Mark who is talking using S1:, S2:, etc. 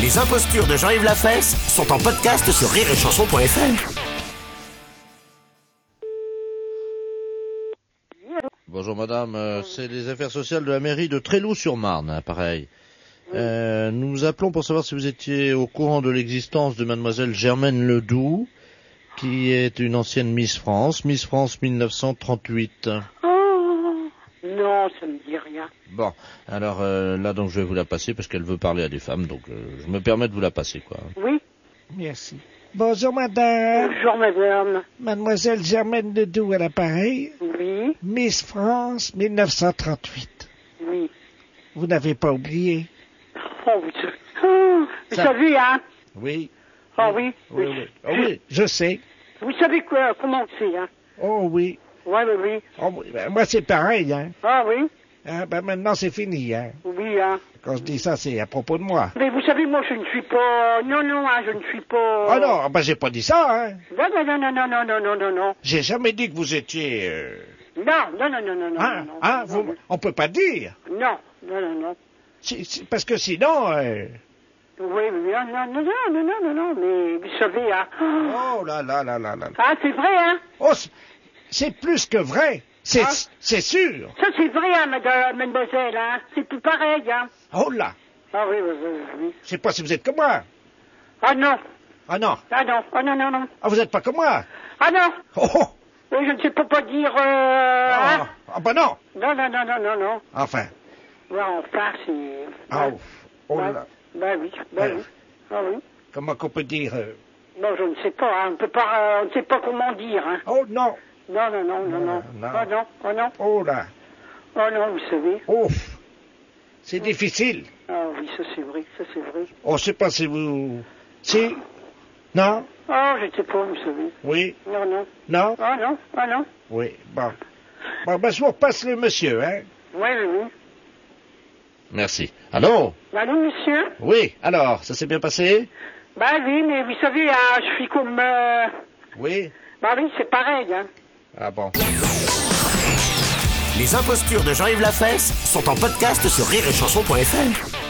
S1: Les impostures de Jean-Yves Lafesse sont en podcast sur rireetchanson.fr.
S2: Bonjour madame, Euh, c'est les affaires sociales de la mairie de Tréloux-sur-Marne, hein, pareil. Euh, nous vous appelons pour savoir si vous étiez au courant de l'existence de mademoiselle Germaine Ledoux, qui est une ancienne Miss France, Miss France 1938.
S3: Oh, non, ça me dit rien.
S2: Bon, alors euh, là donc je vais vous la passer parce qu'elle veut parler à des femmes, donc euh, je me permets de vous la passer quoi.
S3: Oui
S4: Merci. Bonjour madame,
S3: Bonjour, madame.
S4: mademoiselle Germaine Ledoux à l'appareil,
S3: Oui,
S4: Miss France 1938.
S3: oui.
S4: Vous n'avez pas oublié
S3: Oh, vous oh, vous
S2: Ça-
S3: savez, hein
S2: Oui,
S3: Oh oui.
S2: oui, oui. Ah oui,
S4: Je sais.
S3: Vous savez quoi, comment c'est, hein
S4: Oh oui.
S3: Ouais, oui, oui.
S4: Oh, oui. Ben, moi c'est pareil, hein.
S3: Ah oui,
S4: Ah, ben, maintenant c'est fini, hein.
S3: oui, hein.
S4: Quand je dis ça, c'est à propos de moi.
S3: Mais vous savez, moi, je ne suis pas... Non, non, hein, je ne suis pas...
S4: Oh non, ah, ben j'ai pas dit ça, hein.
S3: Non, non, non, non, non, non, non, non, non, non.
S4: J'ai jamais dit que vous étiez... euh,
S3: Non, non, non, non, non, non,
S4: hein,
S3: non,
S4: hein,
S3: non,
S4: vous- on peut pas dire.
S3: Non, non, non, non.
S4: Si- si- parce que sinon... euh,
S3: Oui, oui, non, non, non, non, non, non, non, non, mais vous savez, hein
S4: Oh là là là là là. là.
S3: Ah, c'est vrai, hein
S4: Oh, c'est- c'est plus que vrai. C'est
S3: Hein
S4: c'est sûr.
S3: Ça, c'est vrai, hein, madame, mademoiselle, hein. C'est plus pareil, hein.
S4: Oh là,
S3: Ah oui, oui, oui, oui.
S4: je sais pas si vous êtes comme moi.
S3: Ah non,
S4: Ah non,
S3: ah non, ah non, non, non.
S4: ah, vous êtes pas comme moi.
S3: Ah non,
S4: Oh, oh.
S3: Euh, je ne sais pas pas dire... Euh,
S4: Ah,
S3: hein.
S4: ah, bah non.
S3: Non, non, non, non, non, non.
S4: Enfin,
S3: Ouais, enfin, c'est...
S4: ah, ouf. oh là
S3: Ouais.
S4: là.
S3: Ben oui, ben oui. Ah oui.
S4: Comment qu'on peut dire euh,
S3: Bon, je ne sais pas, hein. on peut pas, euh, on ne sait pas comment dire, hein.
S4: Oh non,
S3: Non, non, non, non, non.
S4: Non, non.
S3: Ah non, ah non,
S4: oh là,
S3: ah non, vous savez.
S4: ouf. C'est difficile.
S3: Ah oui, ça c'est vrai, ça c'est vrai.
S4: On sait pas si vous... Si Non
S3: Ah, je ne sais pas, vous savez.
S4: Oui
S3: Non, non.
S4: Non
S3: Ah non, ah non.
S4: Oui, bon. Bon, ben, je vous repasse le monsieur, hein.
S3: Oui, oui, oui.
S2: Merci. Allô
S3: Allô, monsieur
S2: Oui, alors, ça s'est bien passé
S3: Bah oui, mais vous savez, hein, je suis comme... euh,
S2: Oui.
S3: Bah oui, c'est pareil, hein.
S2: Ah bon.
S1: Les impostures de Jean-Yves Lafesse sont en podcast sur rireetchanson.fr.